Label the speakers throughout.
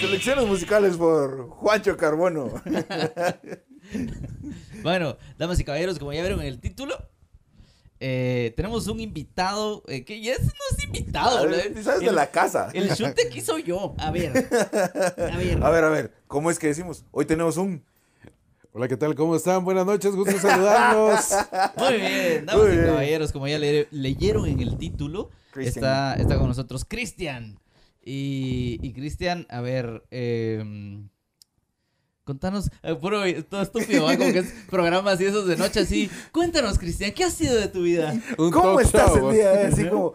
Speaker 1: Selecciones musicales por Juancho Carbono.
Speaker 2: Bueno, damas y caballeros, como ya vieron en el título, eh, tenemos un invitado eh, que ya es, no es invitado. ¿no?
Speaker 1: Ni sabes de
Speaker 2: El-
Speaker 1: la casa.
Speaker 2: El chute que hizo yo. A ver. A ver.
Speaker 1: A ver, a ver, ¿cómo es que decimos? Hoy tenemos un.
Speaker 3: Hola, ¿qué tal? ¿Cómo están? Buenas noches, gusto en saludarlos.
Speaker 2: Muy bien, damas
Speaker 1: Muy
Speaker 2: y
Speaker 1: bien.
Speaker 2: caballeros, como ya le- leyeron en el título,
Speaker 1: Cristian.
Speaker 2: está, está con nosotros Cristian. Y, y Cristian, a ver, em, contanos, eh, puro, todo estúpido, ¿va? como que es programas y esos de noche así. Cuéntanos, Cristian, ¿qué ha sido de tu vida?
Speaker 3: Un
Speaker 1: ¿Cómo
Speaker 3: talk
Speaker 1: estás
Speaker 3: show.
Speaker 1: el día de hoy? Así como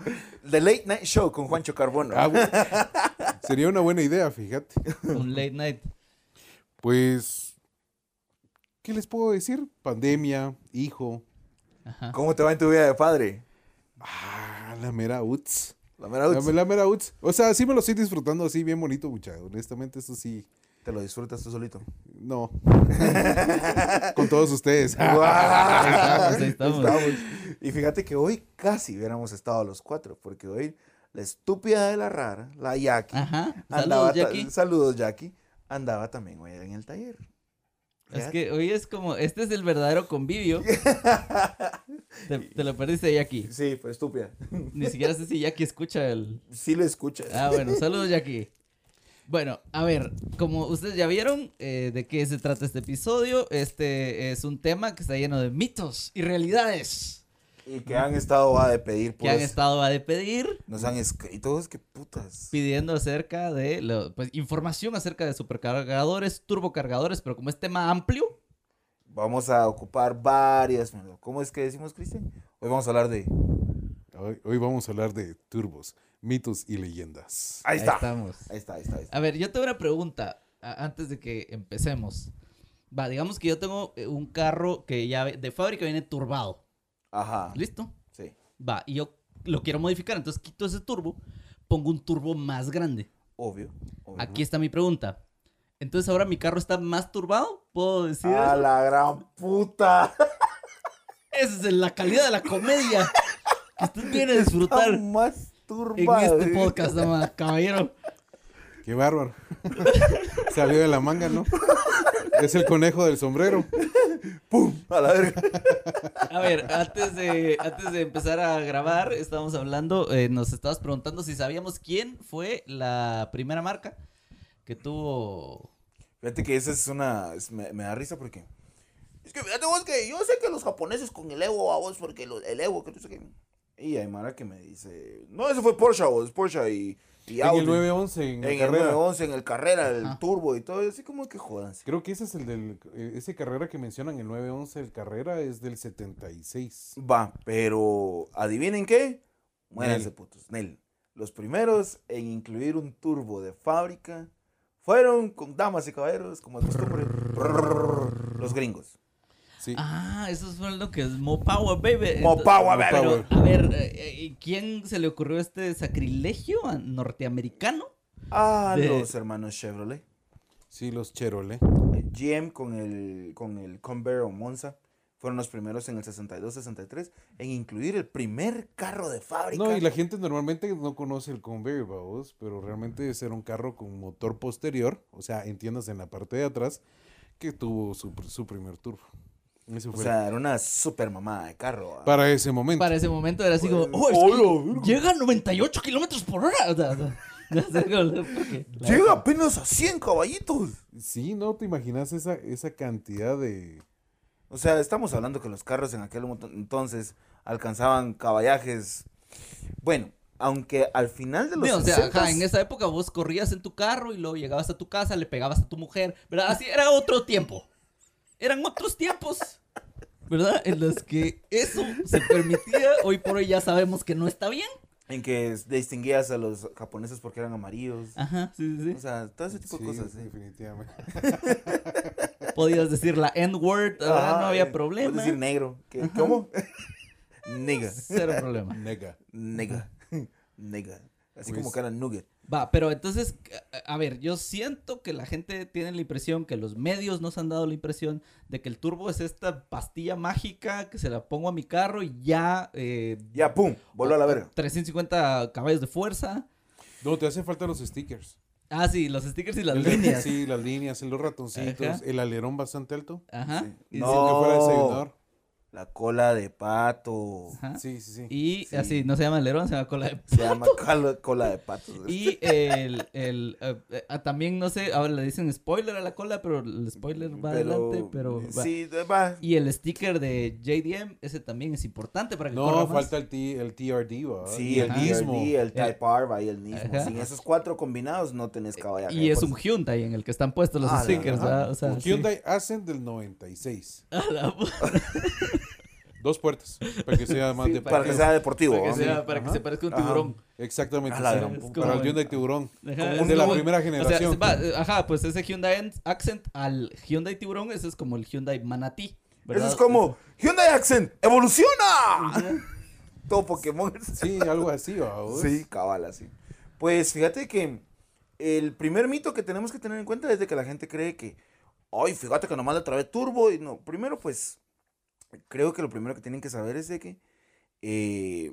Speaker 1: The Late Night Show con Juancho Carbono.
Speaker 3: Ah, bu- sería una buena idea, fíjate.
Speaker 2: Un late night.
Speaker 3: Pues, ¿qué les puedo decir? Pandemia, hijo.
Speaker 2: Ajá.
Speaker 1: ¿Cómo te va en tu vida de padre?
Speaker 3: Ah, la mera UTS.
Speaker 1: La mera
Speaker 3: La,
Speaker 1: uts,
Speaker 3: la mera UTS. O sea, sí me lo estoy disfrutando así, bien bonito, muchacho. Honestamente, eso sí.
Speaker 1: Te lo disfrutas tú solito.
Speaker 3: No. Con todos ustedes.
Speaker 1: ¡Guau!
Speaker 2: Ah, Ahí estamos, ahí
Speaker 1: Estamos. Y fíjate que hoy casi hubiéramos estado los cuatro, porque hoy la estúpida de la rara, la Jackie,
Speaker 2: Ajá.
Speaker 1: andaba
Speaker 2: Ah, Saludos,
Speaker 1: ta-
Speaker 2: Jackie.
Speaker 1: saludos, Jackie, andaba también hoy en el taller.
Speaker 2: Es que hoy es como, este es el verdadero convivio. Te, te lo perdiste, Jackie.
Speaker 1: Sí, pero estúpida.
Speaker 2: Ni siquiera sé si Jackie escucha el...
Speaker 1: Sí lo escuchas.
Speaker 2: Ah, bueno, saludos, Jackie. Bueno, a ver, como ustedes ya vieron eh, de qué se trata este episodio, este es un tema que está lleno de mitos y realidades
Speaker 1: Y que han estado a de pedir,
Speaker 2: que han
Speaker 1: puras-
Speaker 2: estado a de pedir,
Speaker 1: Nos han escrito, es que putas.
Speaker 2: pidiendo acerca de, lo- pues, información acerca de supercargadores, turbocargadores, pero como es tema amplio,
Speaker 1: Vamos a ocupar varias. ¿Cómo es que decimos, Cristian? Hoy vamos a hablar de.
Speaker 3: Hoy, hoy vamos a hablar de turbos, mitos y leyendas.
Speaker 1: Ahí está. Ahí
Speaker 2: estamos.
Speaker 1: está, ahí está. ahí está.
Speaker 2: A ver, yo tengo una pregunta a- antes de que empecemos. Va, digamos que yo tengo eh, un carro que ya ve- de fábrica viene turbado.
Speaker 1: Ajá.
Speaker 2: ¿Listo?
Speaker 1: Sí.
Speaker 2: Va, y yo lo quiero modificar, entonces quito ese turbo, pongo un turbo más grande.
Speaker 1: Obvio. obvio.
Speaker 2: Aquí está mi pregunta. Entonces ahora mi carro está más turbado, puedo decir.
Speaker 1: a
Speaker 2: eso?
Speaker 1: la gran puta.
Speaker 2: Esa es la calidad de la comedia que usted viene a disfrutar en
Speaker 1: Más turba.
Speaker 2: este
Speaker 1: güey.
Speaker 2: podcast, dama- caballero.
Speaker 3: Qué bárbaro. Salió de la manga, ¿no? Es el conejo del sombrero.
Speaker 1: ¡Pum! A la verga.
Speaker 2: A ver, antes de, antes de empezar a grabar, estábamos hablando, eh, nos estabas preguntando si sabíamos quién fue la primera marca que tuvo...
Speaker 1: Fíjate que esa es una. es- me, me da risa porque. Es que fíjate vos que yo sé que los japoneses con el Evo a vos, porque lo- el Evo, que no sé qué. Y hay Mara que me dice. No, eso fue Porsche a vos, Porsche y. y
Speaker 3: En
Speaker 1: Audi.
Speaker 3: el 911, en,
Speaker 1: En
Speaker 3: la
Speaker 1: el
Speaker 3: carrera.
Speaker 1: 911, en el carrera, el
Speaker 2: Ajá.
Speaker 1: turbo y todo. y Así como que jodanse.
Speaker 3: Creo que ese es el del. eh, Ese carrera que mencionan, el 911, el carrera es del 76.
Speaker 1: Va, pero adivinen qué. Muéranse,
Speaker 3: Nel.
Speaker 1: putos. Nel. Los primeros en incluir un turbo de fábrica fueron, con damas y caballeros, como es costumbre, los gringos.
Speaker 3: Sí.
Speaker 2: Ah, eso fue lo que es Mopawa, baby.
Speaker 1: Mopawa,
Speaker 2: Entonces,
Speaker 3: baby.
Speaker 2: Pero, a ver, eh, eh, ¿quién se le ocurrió este sacrilegio a- norteamericano?
Speaker 1: A
Speaker 2: De-
Speaker 1: Ah, los hermanos Chevrolet.
Speaker 3: Sí, los Cherole.
Speaker 1: GM con el, con el Convair o Monza fueron los primeros en el 62-63 en incluir el primer carro de fábrica.
Speaker 3: No, y la gente normalmente no conoce el Convair, vamos, pero realmente ese era un carro con motor posterior, o sea, entiendas en la parte de atrás, que tuvo su, pr- su primer turbo. Ese
Speaker 1: O
Speaker 3: fue
Speaker 1: sea, era una super mamada de carro. ¿va?
Speaker 3: para ese momento.
Speaker 2: Para ese momento era así como,
Speaker 3: Pues,
Speaker 2: oh, es que llega a 98 kilómetros por hora. O sea, o sea, porque la-
Speaker 1: Llega apenas a 100 caballitos.
Speaker 3: Sí, no te imaginas esa, esa cantidad de.
Speaker 1: O sea, estamos hablando que los carros en aquel moto- entonces alcanzaban caballajes. Bueno, aunque al final de los
Speaker 2: Sí, o sea, ajá,
Speaker 1: 60s,
Speaker 2: en esa época vos corrías en tu carro y luego llegabas a tu casa, le pegabas a tu mujer, ¿verdad? Así era otro tiempo. Eran otros tiempos, ¿verdad? En los que eso se permitía. Hoy por hoy ya sabemos que no está bien.
Speaker 1: en que distinguías a los japoneses porque eran amarillos.
Speaker 2: Ajá, sí, Ah, sí,
Speaker 1: O sea, todo ese tipo
Speaker 3: Sí,
Speaker 1: de cosas. ¿eh?
Speaker 3: definitivamente.
Speaker 2: sí. Podías decir la N-word, ¿verdad?
Speaker 1: Ajá,
Speaker 2: no
Speaker 1: eh,
Speaker 2: había
Speaker 1: puedes
Speaker 2: problema.
Speaker 1: decir negro. ¿Qué- ¿Cómo? Nega.
Speaker 2: Cero problema.
Speaker 3: Nega.
Speaker 1: Nega. Nega. Así como
Speaker 3: Pues-
Speaker 1: cara nugget.
Speaker 2: Va, pero entonces, a a ver, yo siento que la gente tiene la impresión, que los medios nos han dado la impresión de que el turbo es esta pastilla mágica que se la pongo a mi carro y ya... eh,
Speaker 1: Ya, pum. Voló a la verga.
Speaker 2: 350 caballos de fuerza.
Speaker 3: No, te hacen falta los stickers.
Speaker 2: Ah, sí, los stickers y las
Speaker 3: El-
Speaker 2: líneas.
Speaker 3: Sí, las líneas, los ratoncitos,
Speaker 2: Ajá.
Speaker 3: el alerón bastante alto.
Speaker 2: Ajá.
Speaker 1: Sí.
Speaker 2: Y, Oh.
Speaker 3: Sin que fuera
Speaker 1: No.
Speaker 3: desayunador.
Speaker 1: La cola de pato.
Speaker 2: Ajá.
Speaker 3: Sí, sí, sí.
Speaker 2: Ah. Y
Speaker 1: Sí.
Speaker 2: así, no se llama alerón, se llama cola de
Speaker 1: Se llama cola, cola de pato.
Speaker 2: Y el, el eh, eh, ah, también no sé, ahora le dicen spoiler a la cola, pero el spoiler va adelante, pero va.
Speaker 1: eh, Sí, va.
Speaker 2: Y el sticker de JDM, ese también es importante para que corra
Speaker 3: No,
Speaker 2: más.
Speaker 3: falta el, T- el TRD, ¿va?
Speaker 1: Sí, el
Speaker 2: Ajá.
Speaker 1: mismo. El Type R, va, y el mismo.
Speaker 2: Eh, Ajá. Eh,
Speaker 1: Sin esos cuatro combinados no tenés caballo. pues,
Speaker 2: Y es un Hyundai en el que están puestos los
Speaker 1: Ah, la
Speaker 2: stickers,
Speaker 1: verdad.
Speaker 2: ¿verdad? O sea,
Speaker 3: Un
Speaker 2: sí.
Speaker 3: Hyundai Accent del 96.
Speaker 2: Pues, A la pu-
Speaker 3: Dos puertas, para que sea más
Speaker 2: Sí,
Speaker 3: de
Speaker 1: Para que sea deportivo.
Speaker 2: para que,
Speaker 1: ¿va?
Speaker 2: sea- para que
Speaker 3: Ajá.
Speaker 2: se parezca un
Speaker 1: Ajá.
Speaker 2: tiburón.
Speaker 3: Exactamente,
Speaker 1: A la
Speaker 3: sí.
Speaker 1: gran
Speaker 3: Es
Speaker 2: puta.
Speaker 3: para el Hyundai Tiburón.
Speaker 2: Ajá,
Speaker 3: Como
Speaker 2: es
Speaker 3: un de la
Speaker 2: como-
Speaker 3: primera
Speaker 2: O sea,
Speaker 3: generación.
Speaker 2: se va- eh, ajá, pues ese Hyundai Accent al Hyundai tiburón, ese es como el Hyundai manatí.
Speaker 1: Eso
Speaker 2: ¿verdad?
Speaker 1: es como Hyundai Accent, evoluciona. Todo Pokémon.
Speaker 3: Sí, algo así, ¿va? vos?
Speaker 1: Sí, cabal, así. Pues fíjate que el primer mito que tenemos que tener en cuenta es de que la gente cree que, ay, fíjate que nomás le trabé turbo. Y no, primero, pues, creo que lo primero que tienen que saber es de que eh,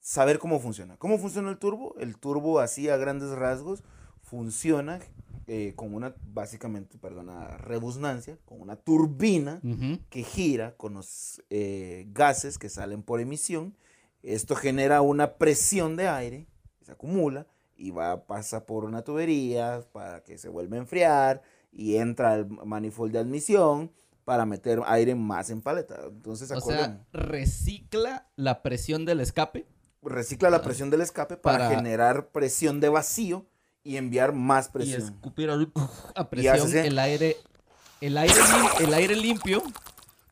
Speaker 1: saber cómo funciona. ¿Cómo funciona el turbo? El turbo, así a grandes rasgos, funciona eh, con una, básicamente, perdona, rebusnancia, con una turbina
Speaker 2: Ujú.
Speaker 1: que gira con los eh, gases que salen por emisión. Esto genera una presión de aire, que se acumula y va, pasa por una tubería para que se vuelva a enfriar y entra al manifold de admisión para meter aire más en paleta. Entonces,
Speaker 2: O
Speaker 1: acordemos,
Speaker 2: sea, recicla la presión del escape.
Speaker 1: recicla la presión del escape para,
Speaker 2: ah, para-
Speaker 1: generar presión de vacío y enviar más
Speaker 2: y
Speaker 1: presión.
Speaker 2: escupir al- a presión
Speaker 1: haces-
Speaker 2: el aire el aire lim- el aire limpio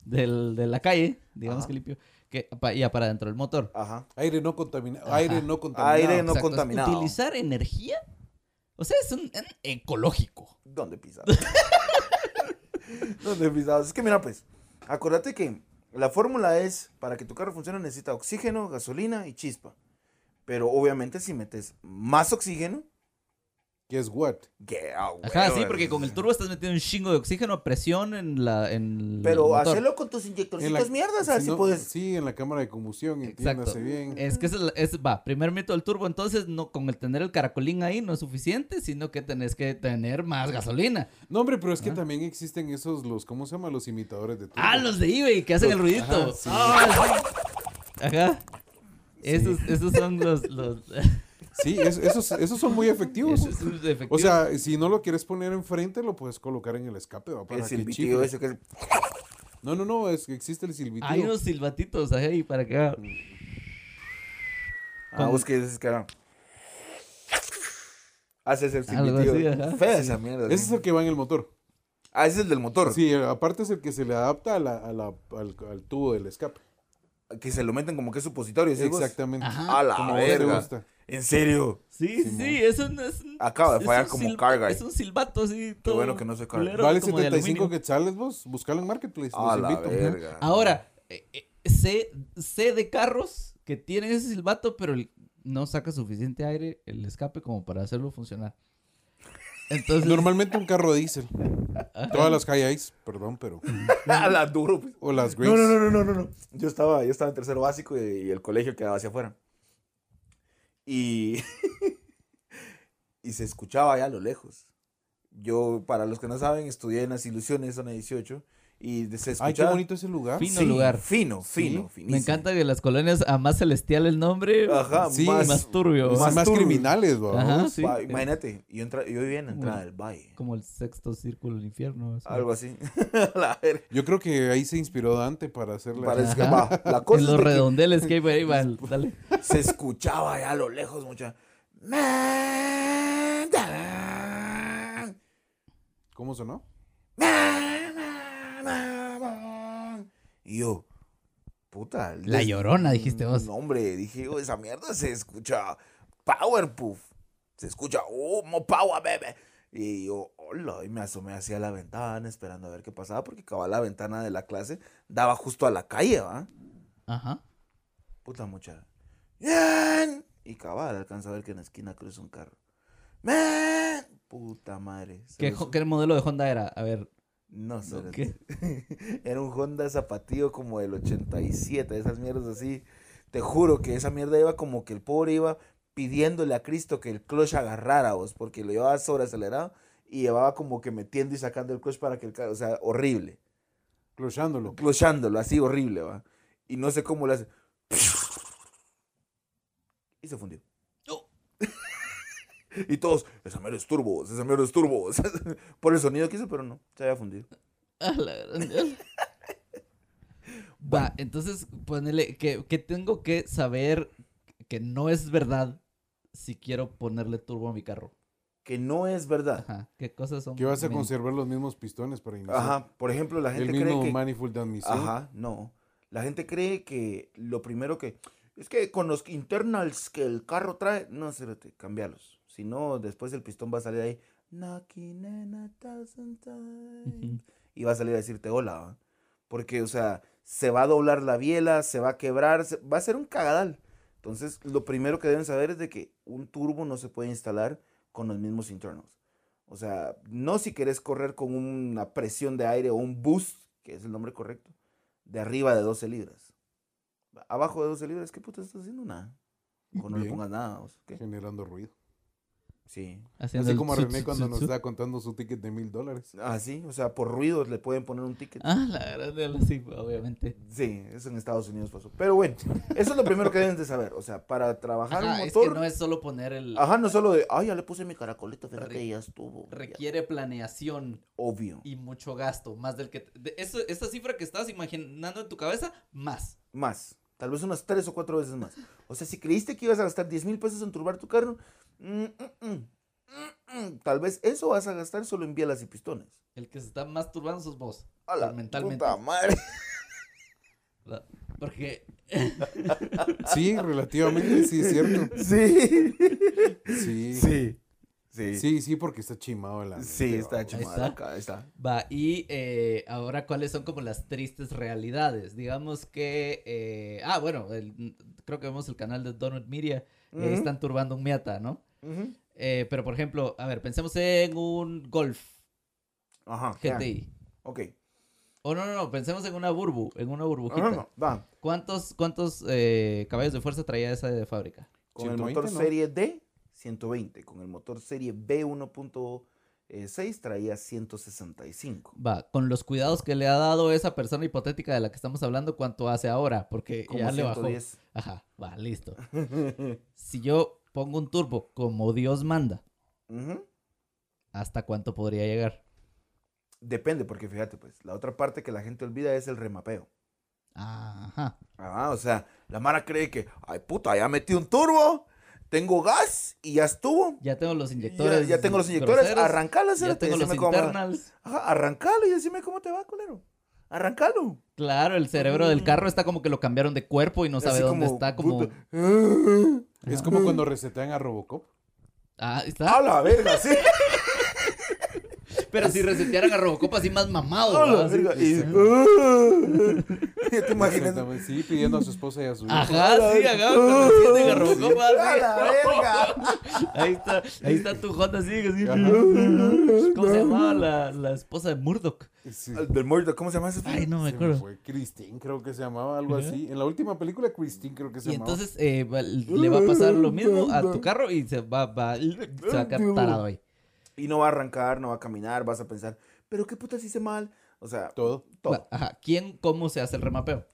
Speaker 2: del, de la calle digamos
Speaker 1: Ajá.
Speaker 2: que limpio que pa- ya para dentro del motor
Speaker 1: Ajá.
Speaker 3: Aire no contaminado.
Speaker 2: Ajá.
Speaker 3: Aire no contaminado.
Speaker 1: Aire no-
Speaker 2: Exacto, es
Speaker 1: contaminado.
Speaker 2: utilizar energía o sea es un, en- ecológico
Speaker 1: ¿Dónde pisado? ¿Dónde pisado? Es que mira, pues, acuérdate que la fórmula es, para que tu carro funcione necesita oxígeno, gasolina y chispa. Pero obviamente si metes más oxígeno,
Speaker 3: Guess what?
Speaker 1: que ah,
Speaker 2: ajá
Speaker 1: huevo,
Speaker 2: sí porque con el turbo estás metiendo un chingo de oxígeno a presión en la en el
Speaker 1: Pero
Speaker 2: motor.
Speaker 1: hacelo con tus
Speaker 3: En la-
Speaker 1: inyectorcitos mierdas, a ver
Speaker 3: si
Speaker 1: si
Speaker 3: no-
Speaker 1: puedes.
Speaker 3: Sí, en la cámara de combustión,
Speaker 2: Exacto. Eh.
Speaker 3: entiéndase bien.
Speaker 2: Es que esa es, la- es- va, primer mito del turbo, entonces no con el tener el caracolín ahí no es suficiente, sino que tenés que tener más gasolina.
Speaker 3: No, hombre, pero es que
Speaker 2: Ah.
Speaker 3: también existen esos, los, ¿cómo se llama? Los imitadores de turbo.
Speaker 2: Ah, los de eBay que hacen el ruidito.
Speaker 3: Ajá, sí.
Speaker 2: Ah, sí. Ajá. Esos, esos son los, los
Speaker 3: Sí, es- esos, esos son muy efectivos.
Speaker 2: esos son los efectivos.
Speaker 3: O sea, si no lo quieres poner enfrente, lo puedes colocar en el escape, ¿va? Para
Speaker 1: el
Speaker 3: que
Speaker 1: silbitío
Speaker 3: chifle.
Speaker 1: ese que es-
Speaker 3: No, no, no, es que existe el silbiteo.
Speaker 2: hay unos silbatitos ahí para que haga-
Speaker 1: Ah,
Speaker 2: Con-
Speaker 1: vos que dices que era- Haces el
Speaker 2: Algo
Speaker 1: silbitío.
Speaker 2: así, ajá.
Speaker 1: Fea esa mierda.
Speaker 3: Ese es
Speaker 1: sí.
Speaker 3: el que va en el motor.
Speaker 1: Ah, ese es el del motor.
Speaker 3: Sí, aparte es el que se le adapta a la, a la- al, al tubo del escape.
Speaker 1: Que se lo meten como que es supositorio. ¿sí vos?
Speaker 3: Exactamente.
Speaker 2: Ajá.
Speaker 1: A la
Speaker 3: Como a vos te
Speaker 1: verga.
Speaker 3: gusta.
Speaker 1: ¿En serio?
Speaker 2: Sí, sí, eso no es un,
Speaker 1: Acaba de
Speaker 2: es
Speaker 1: fallar
Speaker 2: un
Speaker 1: como
Speaker 2: silba-
Speaker 1: carga ahí.
Speaker 2: Es un silbato así todo.
Speaker 1: bueno que no soy carga.
Speaker 2: culero,
Speaker 3: Vale
Speaker 2: como de
Speaker 3: 75
Speaker 2: aluminio.
Speaker 3: quetzales vos, buscalo en Marketplace,
Speaker 1: A
Speaker 3: los
Speaker 1: la
Speaker 3: invito.
Speaker 1: verga.
Speaker 2: Ahora, eh, eh, sé, sé de carros que tienen ese silbato, pero el- no saca suficiente aire el escape como para hacerlo funcionar. Entonces,
Speaker 3: Normalmente un carro diésel. Todas las high ice, perdón, pero.
Speaker 1: A la duro. pues.
Speaker 3: O las Grace.
Speaker 1: No, no, no, no, no, no, no. Yo estaba, yo estaba en tercero básico y, y el colegio quedaba hacia afuera. Y, y se escuchaba allá a lo lejos. Yo, para los que no saben, estudié en las ilusiones, zona 18, y de- se escuchaba.
Speaker 3: Ay, qué bonito ese lugar.
Speaker 2: Fin- Fino lugar.
Speaker 1: Fino, fino,
Speaker 2: me
Speaker 1: finísimo.
Speaker 2: encanta que las colonias a más celestial el nombre.
Speaker 1: Ajá,
Speaker 3: Sí,
Speaker 2: y
Speaker 1: más,
Speaker 2: más turbio.
Speaker 3: Son
Speaker 1: más
Speaker 3: Más,
Speaker 1: turbio.
Speaker 3: criminales, vamos.
Speaker 2: Ajá, sí.
Speaker 1: pa-
Speaker 2: eh,
Speaker 1: Imagínate, yo, entra- yo vivía en la entrada del valle.
Speaker 2: Como el sexto círculo del infierno. eso.
Speaker 1: Algo así. la verga.
Speaker 3: Yo creo que ahí se inspiró Dante para hacer la.
Speaker 1: Parece que
Speaker 2: Ajá.
Speaker 1: va. La cosa
Speaker 2: En
Speaker 1: es
Speaker 2: los
Speaker 1: de que-
Speaker 2: redondeles que hay por ahí, Val, dale.
Speaker 1: se escuchaba allá a lo lejos mucha.
Speaker 3: ¿Cómo sonó?
Speaker 1: Y yo, puta. el
Speaker 2: La
Speaker 1: des-
Speaker 2: llorona, dijiste vos.
Speaker 1: No, hombre, dije, "Oh, esa mierda se escucha Powerpuff. Se escucha, oh, mo power, bebé. Y yo, hola, y me asomé hacia la ventana esperando a ver qué pasaba, porque cabal la ventana de la clase daba justo a la calle, ¿va?
Speaker 2: Ajá.
Speaker 1: Puta mucha. ¡Bien! Y cabal, alcanza a ver que en la esquina cruza un carro. ¡Man! Puta madre. se
Speaker 2: ¿Qué,
Speaker 1: los-
Speaker 2: jo- qué modelo de Honda era? A ver.
Speaker 1: No sé.
Speaker 2: ¿no?
Speaker 1: era-
Speaker 2: ¿Qué?
Speaker 1: Era un Honda zapatillo como del 87, esas mierdas así. Te juro que esa mierda iba como que el pobre iba pidiéndole a Cristo que el clutch agarrara, vos, porque lo llevaba sobreacelerado y llevaba como que metiendo y sacando el clutch para que el carro, o sea, horrible.
Speaker 3: Clochándolo.
Speaker 1: Clochándolo, así horrible, va. Y no sé cómo lo hace. Y se fundió.
Speaker 2: No.
Speaker 1: y todos, esa mero es turbo, vos, esa mero es turbo. vos". Por el sonido que hizo, pero no, se había fundido.
Speaker 2: A la gran diabla. Va, entonces ponele que, que tengo que saber que no es verdad si quiero ponerle turbo a mi carro.
Speaker 1: Que no es verdad.
Speaker 2: Ajá. ¿Qué cosas son?
Speaker 3: Que vas a
Speaker 2: men-
Speaker 3: conservar los mismos pistones para iniciar.
Speaker 1: Ajá, por ejemplo, la gente
Speaker 3: El
Speaker 1: cree
Speaker 3: mismo
Speaker 1: que...
Speaker 3: manifold de admisión.
Speaker 1: Ajá, no. La gente cree que lo primero que... Es que con los internals que el carro trae... No, cérate, cambialos. Si no, después el pistón va a salir ahí... "Knocking in a thousand times", Y va a salir a decirte hola. ¿va? Porque, o sea, se va a doblar la biela, se va a quebrar, se- va a ser un cagadal. Entonces, lo primero que deben saber es de que un turbo no se puede instalar con los mismos internals. O sea, no si querés correr con una presión de aire o un boost, que es el nombre correcto, de arriba de 12 libras. Abajo de 12 libras, ¿qué puta estás haciendo? Nada. O no le
Speaker 3: Bien.
Speaker 1: pongas nada. o sea, ¿qué?
Speaker 3: Generando ruido.
Speaker 1: Sí.
Speaker 2: Haciendo
Speaker 3: Así
Speaker 2: el
Speaker 3: como a
Speaker 2: tsu,
Speaker 3: René
Speaker 2: tsu,
Speaker 3: cuando
Speaker 2: tsu,
Speaker 3: nos
Speaker 2: tsu.
Speaker 3: está contando su ticket de mil dólares.
Speaker 1: Así, Ah, o sea, por ruidos le pueden poner un ticket.
Speaker 2: Ah, la gran diabla, sí, obviamente.
Speaker 1: Sí, eso en Estados Unidos pasó. Pero bueno, eso es lo primero que deben de saber. O sea, para trabajar
Speaker 2: Ajá,
Speaker 1: un
Speaker 2: es que
Speaker 1: motor.
Speaker 2: no es solo poner el...
Speaker 1: Ajá, no solo de, ay, ya le puse mi caracolito, fíjate,
Speaker 2: Re-
Speaker 1: ya estuvo. ya".
Speaker 2: Requiere planeación
Speaker 1: Obvio.
Speaker 2: y mucho gasto, más del que... de- eso, esta cifra que estás imaginando en tu cabeza, más.
Speaker 1: Más. Tal vez unas tres o cuatro veces más. O sea, si creíste que ibas a gastar 10 mil pesos en turbar tu carro, mm, mm, mm, mm, mm, tal vez eso vas a gastar solo en bielas y pistones.
Speaker 2: El que se está más turbando sos vos.
Speaker 1: A la
Speaker 2: mentalmente.
Speaker 1: puta madre.
Speaker 2: ¿verdad? Porque
Speaker 1: Ah.
Speaker 3: Sí, relativamente, sí, es cierto.
Speaker 1: Sí.
Speaker 3: Sí. Sí,
Speaker 1: Sí. Sí. Sí,
Speaker 3: sí, porque está chimado la. neta,
Speaker 1: está
Speaker 3: vamos.
Speaker 1: chumada. Acá está.
Speaker 2: Va, y eh, ahora, ¿cuáles son como las tristes realidades? Digamos que. eh, ah, bueno, el- creo que vemos el canal de Donut Media. eh,
Speaker 1: Ujú.
Speaker 2: Están turbando un Miata, ¿no?
Speaker 1: Ujú.
Speaker 2: Eh, pero, por ejemplo, a ver, pensemos en un Golf
Speaker 1: Ajá. ya.
Speaker 2: GTI.
Speaker 1: Ok.
Speaker 2: O no, no, no, pensemos en una Burbu, en una burbujita.
Speaker 1: Ajá, no, Va.
Speaker 2: ¿Cuántos, cuántos eh, caballos de fuerza traía esa de fábrica?
Speaker 1: Con el
Speaker 3: 120,
Speaker 1: motor
Speaker 3: ¿no?
Speaker 1: serie D, 120. Con el motor serie B1.6 traía 165.
Speaker 2: Va, con los cuidados que le ha dado esa persona hipotética de la que estamos hablando, ¿cuánto hace ahora? Porque
Speaker 1: Como
Speaker 2: ya le bajó.
Speaker 1: 110.
Speaker 2: Ajá, va, listo. si yo pongo un turbo como Dios manda,
Speaker 1: Ujú.
Speaker 2: ¿hasta cuánto podría llegar?
Speaker 1: Depende, porque fíjate, pues, la otra parte que la gente olvida es el remapeo.
Speaker 2: Ajá.
Speaker 1: Ah, o sea, la Mara cree que, ay puta, ya metí un turbo, tengo gas y ya estuvo.
Speaker 2: Ya tengo los
Speaker 1: Ya-
Speaker 2: inyectores.
Speaker 1: ya, tengo los inyectores,
Speaker 2: groseros,
Speaker 1: arrancala,
Speaker 2: Ya
Speaker 1: cérate,
Speaker 2: tengo los
Speaker 1: decime cómo va.
Speaker 2: internals.
Speaker 1: Ajá, arrancalo y decime cómo te va, culero. Arrancalo.
Speaker 2: Claro, el cerebro del carro está como que lo cambiaron de cuerpo y no sabe
Speaker 1: Mm. Así
Speaker 2: dónde
Speaker 1: como,
Speaker 2: está. Como.
Speaker 1: puta, "Ah".
Speaker 3: Es como cuando resetean a Robocop.
Speaker 2: Ah, ahí está.
Speaker 1: A la verga, sí.
Speaker 2: Pero si resetearan a Robocop así más mamado.
Speaker 1: A la
Speaker 2: ¿verdad? Así.
Speaker 1: verga. Y, uh, ¿Te imaginas?
Speaker 3: Exactamente, Sí, pidiendo a su esposa y a su hijo.
Speaker 2: Ajá,
Speaker 1: la
Speaker 2: sí,
Speaker 1: verga.
Speaker 2: ajá. Cuando encienden a Robocop,
Speaker 1: A
Speaker 2: así.
Speaker 1: la verga.
Speaker 2: Ahí está, ahí está tu Honda, así. así.
Speaker 3: Ajá.
Speaker 2: ¿Cómo se llamaba la, la esposa de Murdoch?
Speaker 3: Sí.
Speaker 1: Al- Del muerto, ¿cómo se llama ese?
Speaker 2: Ay, no me
Speaker 3: Se me
Speaker 2: acuerdo.
Speaker 3: fue Christine, creo que se llamaba algo así. En la última película, Christine, creo que se
Speaker 2: Y
Speaker 3: llamaba.
Speaker 2: entonces eh, va- le va a pasar lo mismo a tu carro y se va, va, se va a quedar parado ahí.
Speaker 1: Y no va a arrancar, no va a caminar, vas a pensar, pero qué putas hice mal. O sea,
Speaker 3: Todo.
Speaker 1: todo.
Speaker 2: Ajá. ¿Quién, cómo se hace el remapeo?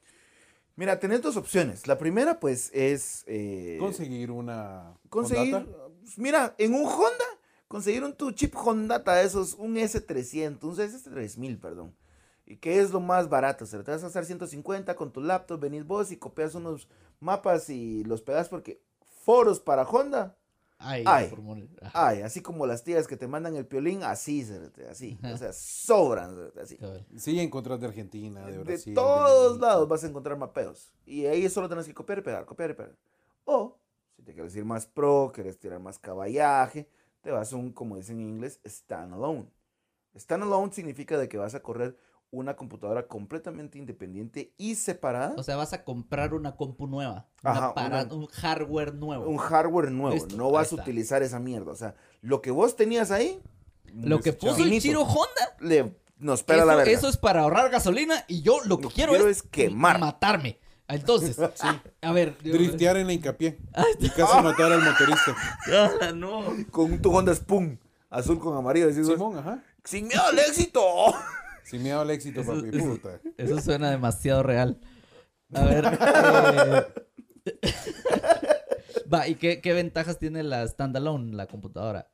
Speaker 1: Mira, tenés dos opciones. La primera, pues, es. eh,
Speaker 3: Conseguir una.
Speaker 1: conseguir- pues,
Speaker 3: Hondata.
Speaker 1: Mira, en un Honda, conseguir un tu chip Hondata de esos, un S300, un S3000, perdón. Y que es lo más barato. O sea, te vas a gastar 150 con tu laptop, venís vos y copias unos mapas y los pegas porque foros para Honda
Speaker 2: Ay,
Speaker 1: Ay.
Speaker 2: por mon- ajá,
Speaker 1: Ay, así como las tías que te mandan el piolín, así, cerote, así.
Speaker 2: Ajá.
Speaker 1: O sea, sobran, cerote, así.
Speaker 2: cabrón.
Speaker 3: Sí, encontrar de Argentina,
Speaker 1: De,
Speaker 3: de Brasil. de
Speaker 1: todos
Speaker 3: México.
Speaker 1: lados vas a encontrar mapeos. Y ahí solo tenés que copiar y pegar, copiar y pegar. O, si te quieres ir más pro, quieres tirar más caballaje, te vas a un, como dicen en inglés, standalone. Standalone significa de que vas a correr una computadora completamente independiente y separada.
Speaker 2: O sea, vas a comprar una compu nueva.
Speaker 1: Ajá,
Speaker 2: una para- Un hardware nuevo.
Speaker 1: un hardware nuevo.
Speaker 2: Listo,
Speaker 1: no vas a
Speaker 2: ahí está.
Speaker 1: utilizar esa mierda. O sea, lo que vos tenías ahí,
Speaker 2: Lo que puso el
Speaker 1: Finito.
Speaker 2: Chiro Honda,
Speaker 1: le, nos espera la
Speaker 2: eso,
Speaker 1: verga.
Speaker 2: eso es para ahorrar gasolina y yo lo que
Speaker 1: Lo que
Speaker 2: quiero,
Speaker 1: quiero
Speaker 2: es,
Speaker 1: es quemar.
Speaker 2: matarme. Entonces, a ver. yo-
Speaker 3: Driftear en la hincapié. Y casi matar al motorista.
Speaker 2: Ah, no.
Speaker 1: Con tu Honda Spoon, azul con amarillo. decís,
Speaker 3: Simón, ajá.
Speaker 1: Sin miedo al éxito.
Speaker 3: Sin miedo al éxito,
Speaker 2: Eso-
Speaker 3: papi.
Speaker 2: eso-
Speaker 3: Puta.
Speaker 2: Eso suena demasiado real. A ver. eh, Va, ¿y qué, qué ventajas tiene la standalone, la computadora?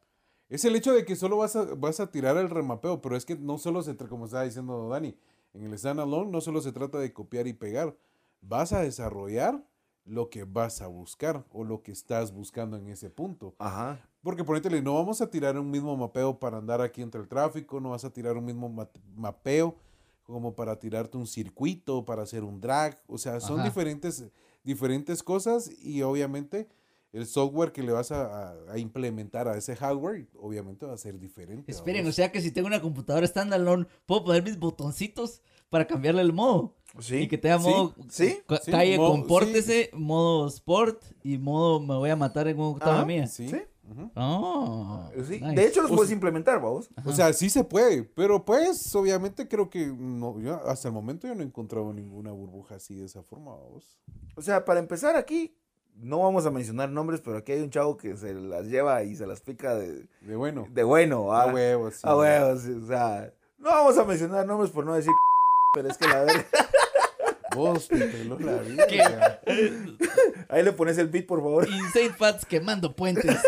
Speaker 3: Es el hecho de que solo vas a, vas a tirar el remapeo, pero es que no solo se trata, como estaba diciendo Dani, en el standalone no solo se trata de copiar y pegar, vas a desarrollar lo que vas a buscar o lo que estás buscando en ese punto.
Speaker 1: Ajá.
Speaker 3: Porque ponétele, no vamos a tirar un mismo mapeo para andar aquí entre el tráfico, no vas a tirar un mismo ma- mapeo como para tirarte un circuito, para hacer un drag, o sea, son
Speaker 2: Ajá.
Speaker 3: diferentes, diferentes cosas y obviamente el software que le vas a, a- a implementar a ese hardware, obviamente va a ser diferente.
Speaker 2: Esperen, o
Speaker 3: ¿vamos?
Speaker 2: sea que si tengo una computadora standalone, puedo poner mis botoncitos para cambiarle el modo.
Speaker 1: Pues Sí.
Speaker 2: Y que tenga
Speaker 3: sí,
Speaker 2: modo
Speaker 1: sí,
Speaker 2: ca-
Speaker 3: sí,
Speaker 2: calle,
Speaker 3: modo-
Speaker 2: compórtese, modo sport y modo me voy a matar en una octava
Speaker 1: Ajá,
Speaker 2: mía.
Speaker 3: Ah, Sí.
Speaker 1: Sí.
Speaker 3: ujú.
Speaker 2: Oh,
Speaker 1: Pues Sí,
Speaker 2: nice.
Speaker 1: De hecho, los
Speaker 3: O
Speaker 1: puedes
Speaker 3: sea-
Speaker 1: implementar, vamos.
Speaker 3: O sea, sí se puede, pero pues obviamente creo que no, yo hasta el momento yo no he encontrado ninguna burbuja así de esa forma, vamos.
Speaker 1: O sea, para empezar aquí, no vamos a mencionar nombres, pero aquí hay un chavo que se las lleva y se las pica de,
Speaker 3: De bueno.
Speaker 1: de bueno.
Speaker 3: A
Speaker 1: ah.
Speaker 3: huevos. sí.
Speaker 1: Ah, huevos, sí, o sea, no vamos a mencionar nombres por no decir pero es que la verga.
Speaker 3: Vos te peló la vida.
Speaker 1: Ahí le pones el beat, por favor.
Speaker 2: Insane Fats quemando puentes.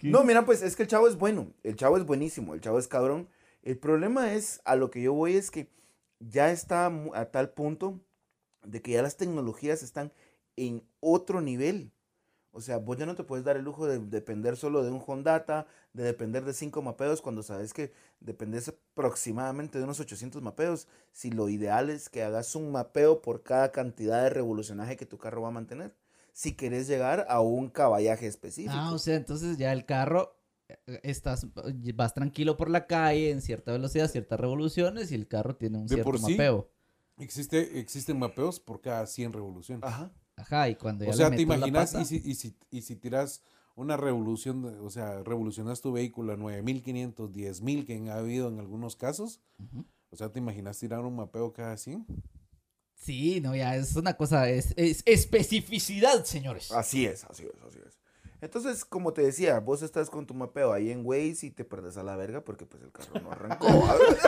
Speaker 1: No, mira, pues es que el chavo es bueno, el chavo es buenísimo, el chavo es cabrón. El problema es, a lo que yo voy es que ya está mu- a tal punto de que ya las tecnologías están en otro nivel. O sea, vos ya no te puedes dar el lujo de depender solo de un Hondata, de depender de cinco mapeos, cuando sabes que dependes aproximadamente de unos 800 mapeos, si lo ideal es que hagas un mapeo por cada cantidad de revolucionaje que tu carro va a mantener, si querés llegar a un caballaje específico.
Speaker 2: Ah, o sea, entonces ya el carro eh, estás vas tranquilo por la calle en cierta velocidad, ciertas revoluciones y el carro tiene un
Speaker 3: De
Speaker 2: cierto
Speaker 3: por sí.
Speaker 2: mapeo.
Speaker 3: Existe, existen mapeos por cada 100 revoluciones.
Speaker 1: Ajá.
Speaker 2: Ajá, y cuando ya
Speaker 3: o
Speaker 2: le
Speaker 3: sea, te
Speaker 2: metes la
Speaker 3: imaginas,
Speaker 2: pata-
Speaker 3: y si, y, si, y si tiras una revolución, de- o sea, revolucionas tu vehículo a 9500, 10000, que ha habido en algunos casos.
Speaker 2: Ujú.
Speaker 3: O sea, ¿te imaginas tirar un mapeo cada 100?
Speaker 2: Sí, no, ya es una cosa, es, es especificidad, señores.
Speaker 3: Ah.
Speaker 1: Así es, así es, así es. Entonces, como te decía, vos estás con tu mapeo ahí en Waze y te perdes a la verga porque pues el carro no arrancó.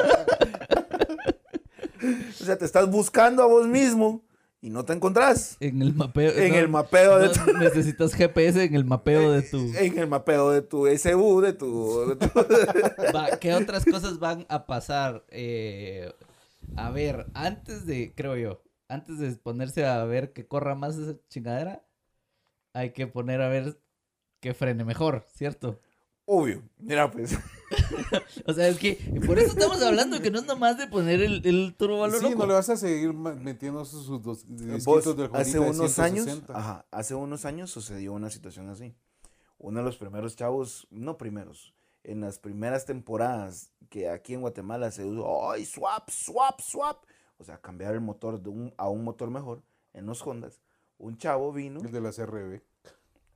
Speaker 1: o sea, te estás buscando a vos mismo y no te encontrás.
Speaker 2: En el mapeo.
Speaker 1: En
Speaker 2: no,
Speaker 1: el mapeo de
Speaker 2: no,
Speaker 1: tu,
Speaker 2: necesitas GPS en el mapeo de tu.
Speaker 1: en el mapeo de tu SU, de tu, de tu-
Speaker 2: Va, ¿Qué otras cosas van a pasar? Eh, a ver, antes de, creo yo, antes de ponerse a ver que corra más esa chingadera, hay que poner a ver que frene mejor, ¿cierto?
Speaker 1: obvio. Mira, pues.
Speaker 2: O sea, es que por eso estamos hablando que no es nomás de poner el, el turbo a lo
Speaker 3: sí,
Speaker 2: loco.
Speaker 3: no le vas a seguir ma- metiendo sus, sus dos
Speaker 1: Vos,
Speaker 3: disquitos del
Speaker 1: hace
Speaker 3: Honda de
Speaker 1: unos años,
Speaker 3: 160.
Speaker 1: ajá, hace unos años sucedió una situación así. Uno de los primeros chavos, no primeros, en las primeras temporadas que aquí en Guatemala se usó, ¡ay, swap, swap, swap! O sea, cambiar el motor de un, a un motor mejor en los Hondas. Un chavo vino,
Speaker 3: El de la CRB.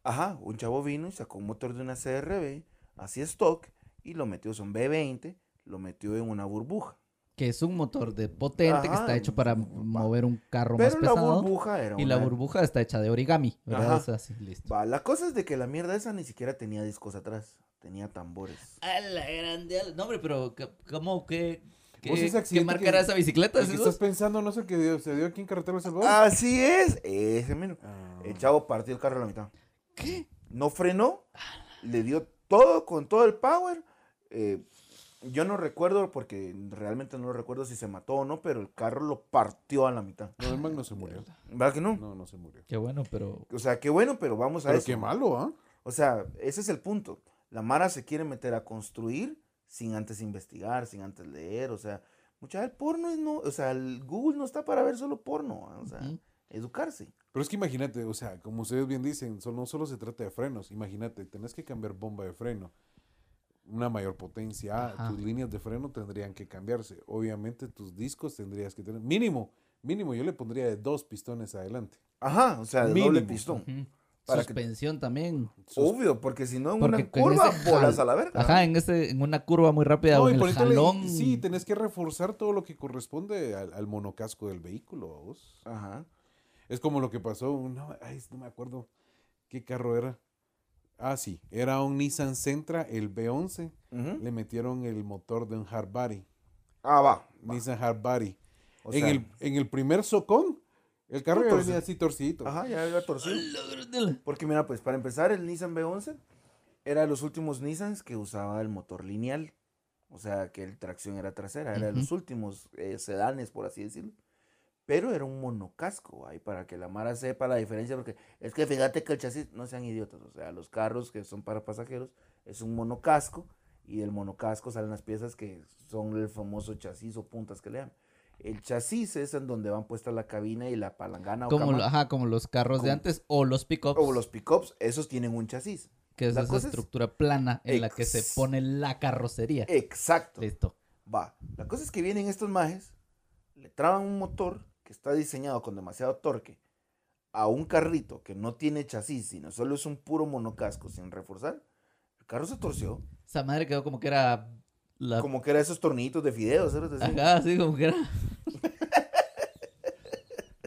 Speaker 1: ajá, un chavo vino y sacó un motor de una CRB, así stock, y lo metió, son B20, lo metió en una burbuja.
Speaker 2: Que es un motor de potente que está
Speaker 1: Ajá,
Speaker 2: hecho para
Speaker 1: va.
Speaker 2: mover un carro más
Speaker 1: Pero la
Speaker 2: pesado.
Speaker 1: burbuja era
Speaker 2: y la
Speaker 1: una-
Speaker 2: burbuja está hecha de origami, ¿verdad?
Speaker 1: Ajá.
Speaker 2: O sea, sí, listo.
Speaker 1: Va, la cosa es de que la mierda esa ni siquiera tenía discos atrás, tenía tambores.
Speaker 2: A la grande. a la- No, hombre, pero ¿qué- ¿cómo que.?
Speaker 3: Vos ese
Speaker 2: ¿Qué, ¿Qué
Speaker 3: accidente
Speaker 2: marca
Speaker 3: que-
Speaker 2: era esa bicicleta?
Speaker 3: El que
Speaker 2: Jesús?
Speaker 3: estás pensando, no sé qué dio- se dio aquí en Carretera El Salvador.
Speaker 1: Así es, ese mismo.
Speaker 3: Ah.
Speaker 1: El chavo partió el carro a la mitad.
Speaker 2: ¿Qué?
Speaker 1: No frenó, le dio todo con todo el power. eh, yo no recuerdo, porque realmente no recuerdo si se mató o no, pero el carro lo partió a la mitad.
Speaker 3: No, el man no se murió.
Speaker 1: ¿Verdad que no?
Speaker 3: No, no se murió.
Speaker 2: Qué bueno, pero.
Speaker 1: O sea, qué bueno, pero vamos a
Speaker 3: Pero
Speaker 1: eso.
Speaker 3: qué malo, ¿ah?
Speaker 1: O sea, ese es el punto. La Mara se quiere meter a construir sin antes investigar, sin antes leer. O sea, mucha el porno es no. O sea, el Google no está para ver solo porno. ¿ah? O sea,
Speaker 2: Ujú.
Speaker 1: educarse.
Speaker 3: Pero es que imagínate, o sea, como ustedes bien dicen, so- no solo se trata de frenos, imagínate, tenés que cambiar bomba de freno, una mayor potencia,
Speaker 2: Ajá.
Speaker 3: tus líneas de freno tendrían que cambiarse, obviamente tus discos tendrías que tener, mínimo, mínimo, yo le pondría de dos pistones adelante.
Speaker 1: Ajá, o sea, de doble
Speaker 3: Mínimo.
Speaker 1: pistón.
Speaker 2: Ujú.
Speaker 1: Para que-
Speaker 2: Suspensión también.
Speaker 3: Sus-
Speaker 1: Obvio, porque si no en
Speaker 2: Porque pues,
Speaker 1: una
Speaker 2: con
Speaker 1: curva
Speaker 2: ese jal-
Speaker 1: bolas a la verga.
Speaker 2: Ajá, en, ese, en una curva muy rápida o
Speaker 3: No, y
Speaker 2: en el
Speaker 3: ponértele-
Speaker 2: jalón.
Speaker 3: Sí, tenés que reforzar todo lo que corresponde al, al monocasco del vehículo, ¿va vos.
Speaker 1: Ajá.
Speaker 3: Es como lo que pasó, no, ay, no me acuerdo qué carro era. Ah, sí, era un Nissan Sentra, el B11.
Speaker 1: Ujú.
Speaker 3: Le metieron el motor de un hard body,
Speaker 1: Ah, va. va.
Speaker 3: Nissan hard body.
Speaker 1: O
Speaker 3: en,
Speaker 1: sea-
Speaker 3: el, en el primer socón, el carro
Speaker 1: Todo
Speaker 3: ya venía
Speaker 1: torcido.
Speaker 3: así torcidito.
Speaker 1: Ajá, ya había torcido. Porque mira, pues para empezar, el Nissan B11 era de los últimos Nissans que usaba el motor lineal. O sea, que el tracción era trasera, era de los
Speaker 2: Ujú.
Speaker 1: últimos eh, sedanes, por así decirlo. Pero era un monocasco, ahí para que la Mara sepa la diferencia, porque es que fíjate que el chasis, no sean idiotas, o sea, los carros que son para pasajeros es un monocasco y del monocasco salen las piezas que son el famoso chasis o puntas que le llaman. El chasis es en donde van puestas la cabina y la palangana o
Speaker 2: Como,
Speaker 1: Ah, cama.
Speaker 2: lo- ajá, como los carros de
Speaker 1: Como-
Speaker 2: antes o los pickups.
Speaker 1: O los pickups, esos tienen un chasis.
Speaker 2: que es
Speaker 1: la
Speaker 2: esa
Speaker 1: cosa es-
Speaker 2: estructura plana en la que se
Speaker 1: Ex-
Speaker 2: pone la carrocería.
Speaker 1: Exacto.
Speaker 2: Listo.
Speaker 1: Va. La cosa es que vienen estos majes, le traban un motor que está diseñado con demasiado torque a un carrito que no tiene chasis, sino solo es un puro monocasco sin reforzar. El carro se torció.
Speaker 2: Esa madre quedó como que era la
Speaker 1: Como que era esos tornillitos de fideos. ¿sabes? Así.
Speaker 2: Ah. Ajá, sí, como que era.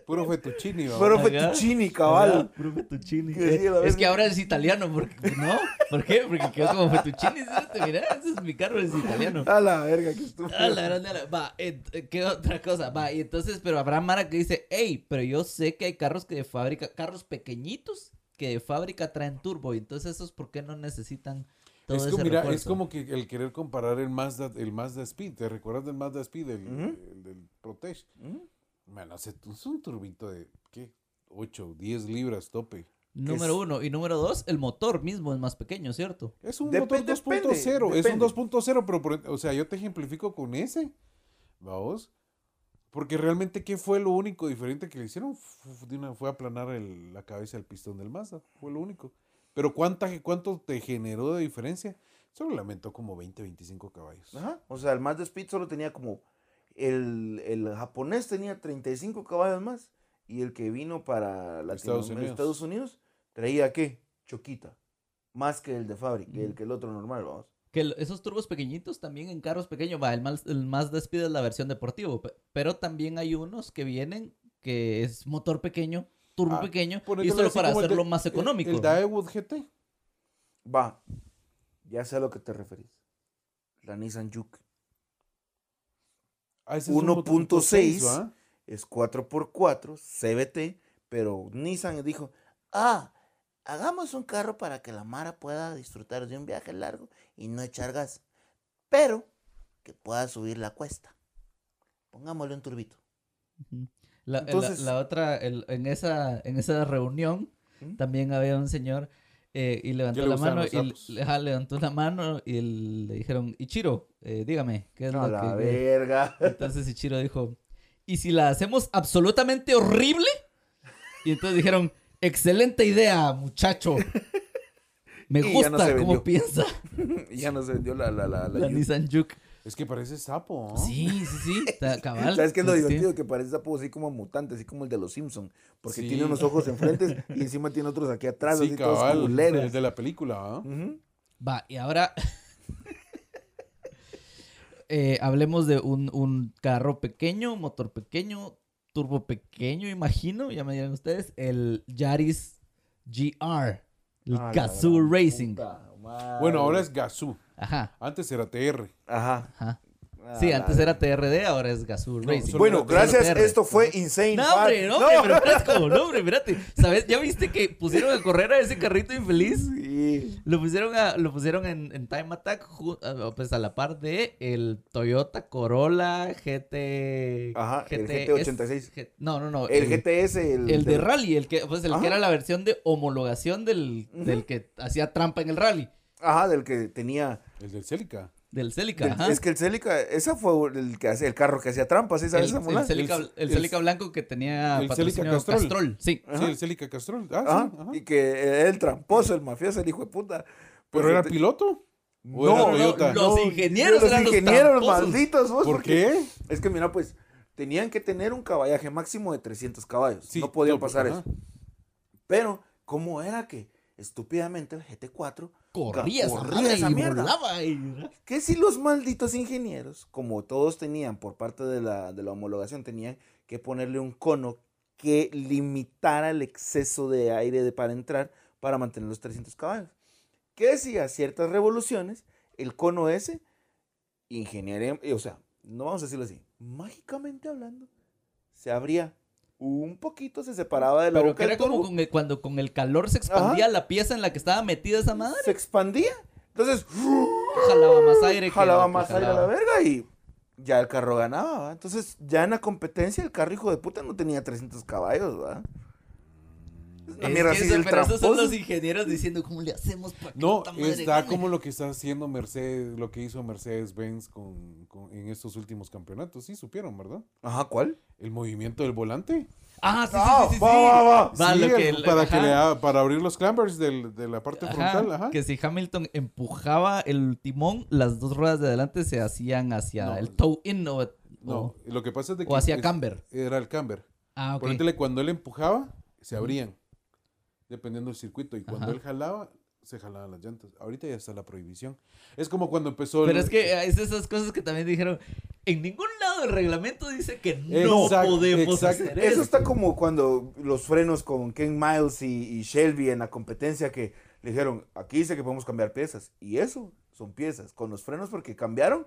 Speaker 3: Puro fetuchini, ¿va?
Speaker 1: Pero
Speaker 2: Ajá.
Speaker 1: fettuccini, cabal.
Speaker 2: Ajá, puro fettuccine.
Speaker 1: Que sí, la
Speaker 2: Es
Speaker 1: verga.
Speaker 2: que ahora es italiano, porque ¿no? ¿Por qué? Porque quedó como fettuccine, ¿sí? Mira, ese es mi carro, es italiano.
Speaker 1: A la verga, que estúpido.
Speaker 2: Ah, la grande, la- Va, ent- ¿qué otra cosa? Va, y entonces, pero habrá Mara que dice, hey, pero yo sé que hay carros que de fábrica, carros pequeñitos que de fábrica traen turbo, y entonces esos, ¿por qué no necesitan todo
Speaker 3: Es
Speaker 2: ese
Speaker 3: como, mira, es
Speaker 2: refuerzo?
Speaker 3: como que el querer comparar el Mazda, el Mazda Speed. ¿Te recuerdas del Mazda Speed, el,
Speaker 1: Ujú.
Speaker 3: el del Protege?
Speaker 1: ¿Mm?
Speaker 3: Bueno, se- es un turbito de, ¿qué? 8, 10 libras tope.
Speaker 2: Número
Speaker 1: es-
Speaker 2: uno. Y número dos, el motor mismo es más pequeño, ¿cierto?
Speaker 3: Es un
Speaker 1: Depe-
Speaker 3: motor
Speaker 1: depende,
Speaker 3: 2.0, es un
Speaker 1: depende.
Speaker 3: 2.0, pero, por- o sea, yo te ejemplifico con ese, vamos. Porque realmente, ¿qué fue lo único diferente que le hicieron? Fu- fu- de una- Fue aplanar el- la cabeza del pistón del Mazda, fue lo único. Pero ¿cuánta, ¿cuánto te generó de diferencia? Solo le aumentó como 20, 25 caballos.
Speaker 1: Ajá. O sea, el Mazda Speed solo tenía como. El, el japonés tenía 35 caballos más. Y el que vino para Latinoamérica,
Speaker 3: Estados
Speaker 1: Estados
Speaker 3: Unidos.
Speaker 1: Unidos, traía qué? Choquita. Más que el de fábrica, el que el otro normal, vamos.
Speaker 2: Que el- esos turbos pequeñitos también en carros pequeños, va, el, más el Mazda Speed es la versión deportivo, pe- pero también hay unos que vienen que es motor pequeño, turbo
Speaker 3: Ah,
Speaker 2: pequeño, y
Speaker 3: Ponételo
Speaker 2: solo
Speaker 3: así
Speaker 2: para
Speaker 3: como el
Speaker 2: hacerlo
Speaker 3: de-
Speaker 2: más
Speaker 3: el-
Speaker 2: económico.
Speaker 3: El, Daewoo GT.
Speaker 1: Va. Ya sé a lo que te referís. La Nissan Juke.
Speaker 3: Ah, ese es un
Speaker 1: 1.6.
Speaker 3: 1.6, ¿va?
Speaker 1: Es 4x4, CBT, pero Nissan dijo, ah, hagamos un carro para que la Mara pueda disfrutar de un viaje largo y no echar gas, pero que pueda subir la cuesta. Pongámosle un turbito.
Speaker 2: Ujú. La, el- la-
Speaker 1: Entonces-
Speaker 2: la otra, el- en, esa, en esa reunión,
Speaker 1: ¿Mm?
Speaker 2: también había un señor eh, y levantó
Speaker 3: le
Speaker 2: la
Speaker 3: gustaban
Speaker 2: mano
Speaker 3: los
Speaker 2: y le-
Speaker 3: sapos.
Speaker 2: ajá, levantó la mano y le dijeron, Ichiro, eh, dígame, ¿qué es lo que- que,
Speaker 1: verga.
Speaker 2: Entonces Ichiro dijo, ¿y si la hacemos absolutamente horrible? Y entonces dijeron, excelente idea, muchacho. Me
Speaker 1: Y ya
Speaker 2: gusta
Speaker 1: no se
Speaker 2: cómo
Speaker 1: vendió.
Speaker 2: piensa
Speaker 1: ya no se vendió la, la, la,
Speaker 2: la Nissan Juke.
Speaker 3: Es que parece sapo, ¿no?
Speaker 2: Sí, sí, sí, ta- cabal.
Speaker 1: ¿Sabes qué es lo
Speaker 2: Sí.
Speaker 1: divertido? Que parece sapo así como mutante, así como el de los Simpsons. Porque
Speaker 3: Sí.
Speaker 1: tiene unos ojos enfrente y encima tiene otros aquí atrás,
Speaker 3: Sí,
Speaker 1: así
Speaker 3: cabal,
Speaker 1: todos
Speaker 3: el
Speaker 1: culeros.
Speaker 3: de la película, ¿va?
Speaker 1: Ujú.
Speaker 2: Va, y ahora eh, hablemos de un, un carro pequeño, motor pequeño, turbo pequeño, imagino, ya me dirán ustedes, el Yaris GR, el
Speaker 1: Ah, la
Speaker 2: Gazoo
Speaker 1: gran
Speaker 2: Racing.
Speaker 1: puta madre.
Speaker 3: Bueno, ahora es Gazoo.
Speaker 2: Ajá,
Speaker 3: Antes era TR.
Speaker 1: Ajá.
Speaker 2: ajá.
Speaker 1: Ah,
Speaker 2: Sí,
Speaker 1: la
Speaker 2: antes era TRD, ahora es Gazoo
Speaker 3: No,
Speaker 2: Racing.
Speaker 3: solo
Speaker 1: Bueno,
Speaker 3: Solo
Speaker 1: gracias.
Speaker 2: TRD.
Speaker 1: Esto fue Insane.
Speaker 2: No,
Speaker 1: Fat-
Speaker 2: hombre, no, hombre, pero fresco, no, hombre, espérate. ¿Sabes? ¿Ya viste que pusieron a correr a ese carrito infeliz?
Speaker 1: Sí.
Speaker 2: Lo pusieron, a- lo pusieron en, en Time Attack ju- a- pues a la par de el Toyota Corolla GT...
Speaker 1: Ajá, el
Speaker 2: GTS,
Speaker 1: GT86.
Speaker 2: G- no, no, no.
Speaker 1: El GTS, el,
Speaker 2: el de
Speaker 1: del-
Speaker 2: rally, el que, pues el
Speaker 1: Ajá.
Speaker 2: que era la versión de homologación del, del que hacía trampa en el rally,
Speaker 1: Ajá, del que tenía.
Speaker 3: El del Celica.
Speaker 2: del Celica,
Speaker 1: del-
Speaker 2: ajá.
Speaker 1: es que el Celica, esa fue el, que hace, el carro que hacía trampas, esa,
Speaker 2: el,
Speaker 1: esa
Speaker 2: el
Speaker 1: mula.
Speaker 2: Celica,
Speaker 3: El-
Speaker 2: el
Speaker 3: el-
Speaker 2: Celica blanco que tenía
Speaker 3: el Celica
Speaker 2: patrocinio
Speaker 3: Castrol.
Speaker 2: sí.
Speaker 1: Ajá.
Speaker 3: Sí, el Celica Castrol. Ah,
Speaker 1: Ajá,
Speaker 3: sí. ajá.
Speaker 1: Y que era el tramposo, el mafioso, el hijo de puta.
Speaker 3: Pero
Speaker 1: Porque
Speaker 3: era
Speaker 1: te-
Speaker 3: piloto. o
Speaker 1: pues este,
Speaker 3: era
Speaker 1: No, no,
Speaker 3: Toyota.
Speaker 1: no,
Speaker 2: Los ingenieros
Speaker 1: los
Speaker 2: eran los
Speaker 1: ingenieros
Speaker 2: tramposos.
Speaker 1: malditos, vos,
Speaker 3: ¿Por
Speaker 1: porque-
Speaker 3: qué?
Speaker 1: Es que mira, pues tenían que tener un caballaje máximo de 300 caballos.
Speaker 3: Sí,
Speaker 1: no podían
Speaker 3: no, pues,
Speaker 1: pasar
Speaker 3: ajá.
Speaker 1: eso. Pero, ¿cómo era que estúpidamente el GT4
Speaker 2: Corría esa
Speaker 1: corría
Speaker 2: madre
Speaker 1: esa
Speaker 2: y
Speaker 1: mierda?
Speaker 2: volaba y-
Speaker 1: que si los malditos ingenieros, como todos tenían por parte de la, de la homologación, tenían que ponerle un cono que limitara el exceso de aire de- para entrar para mantener los 300 caballos. Que si a ciertas revoluciones, el cono ese, ingeniería, eh, o sea, no vamos a decirlo así, mágicamente hablando, se abría un poquito, se separaba de la
Speaker 2: Pero
Speaker 1: boca
Speaker 2: que era
Speaker 1: del
Speaker 2: como
Speaker 1: turbo,
Speaker 2: con el- cuando con el calor se expandía la pieza en la que estaba metida esa madre.
Speaker 1: se expandía. Entonces,
Speaker 2: Jalaba más aire. que
Speaker 1: jalaba
Speaker 2: lo que
Speaker 1: más aire a la
Speaker 2: jalaba.
Speaker 1: verga y ya el carro ganaba, ¿va? Entonces, ya en la competencia, el carro hijo de puta no tenía 300 caballos, ¿va? Es una
Speaker 2: Es
Speaker 1: mierda
Speaker 2: que
Speaker 1: así
Speaker 2: eso-
Speaker 1: del
Speaker 2: pero esos son
Speaker 1: tramposo.
Speaker 2: los ingenieros diciendo cómo le hacemos para que
Speaker 3: No,
Speaker 2: esta madre
Speaker 3: está
Speaker 2: gane?"
Speaker 3: como lo que está haciendo Mercedes, lo que hizo Mercedes-Benz con, con- en estos últimos campeonatos. Sí, supieron, ¿verdad?
Speaker 1: Ajá, ¿cuál?
Speaker 3: El movimiento del volante.
Speaker 2: Ah, sí,
Speaker 1: Ah,
Speaker 2: sí, sí, sí,
Speaker 1: va,
Speaker 2: sí.
Speaker 1: va, va.
Speaker 2: Va,
Speaker 3: Sí,
Speaker 2: lo
Speaker 3: el-
Speaker 2: que el-
Speaker 3: para, que
Speaker 2: ajá.
Speaker 3: le ha- para abrir los clambers del- de la parte
Speaker 2: Ajá,
Speaker 3: Este frontal. Ajá.
Speaker 2: Que si Hamilton empujaba el timón, las dos ruedas de adelante se hacían hacia
Speaker 3: No.
Speaker 2: el toe in o,
Speaker 3: No,
Speaker 2: o-
Speaker 3: lo que pasa es de que...
Speaker 2: o hacia
Speaker 3: es-
Speaker 2: camber.
Speaker 3: Era el camber.
Speaker 2: Ah, ok.
Speaker 3: Ponéntele, cuando él empujaba, se abrían, dependiendo del circuito. Y cuando
Speaker 2: Ajá.
Speaker 3: él jalaba, se jalaban las llantas. Ahorita ya está la prohibición. Es como cuando empezó el-
Speaker 2: Pero es que es de esas cosas que también dijeron. En ningún lado del reglamento dice que no
Speaker 3: Exacto,
Speaker 2: podemos
Speaker 3: exacto.
Speaker 2: hacer eso.
Speaker 1: Eso está como cuando los frenos con Ken Miles y, y Shelby en la competencia que le dijeron, aquí dice que podemos cambiar piezas. Y eso son piezas con los frenos porque cambiaron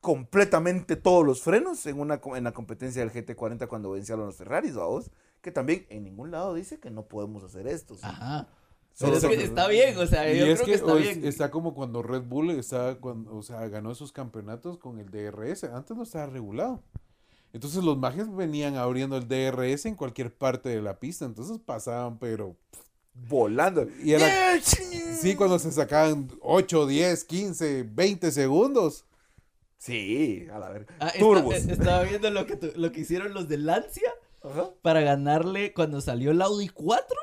Speaker 1: completamente todos los frenos en, una, co- en la competencia del GT40 cuando vencieron los Ferraris, vamos. Que también en ningún lado dice que no podemos hacer esto.
Speaker 2: Ajá.
Speaker 1: Solo
Speaker 2: Ah, Pero es
Speaker 1: son-
Speaker 2: que está bien, o sea,
Speaker 3: Y
Speaker 2: eh, yo
Speaker 3: es
Speaker 2: creo que,
Speaker 3: que,
Speaker 2: está
Speaker 3: o es-
Speaker 2: bien.
Speaker 3: está como cuando Red Bull está cuando, o sea, ganó esos campeonatos con el DRS. Antes no estaba regulado. Entonces los mages venían abriendo el DRS en cualquier parte de la pista. Entonces pasaban, pero...
Speaker 1: Volando.
Speaker 3: Y era- Sí, cuando se sacaban 8, 10, 15, 20 segundos.
Speaker 1: Sí, a la verga.
Speaker 2: Ah, está-
Speaker 1: Turbos.
Speaker 2: eh, estaba viendo lo que, tu- lo que hicieron los de Lancia
Speaker 1: Ajá.
Speaker 2: para ganarle cuando salió el Audi 4.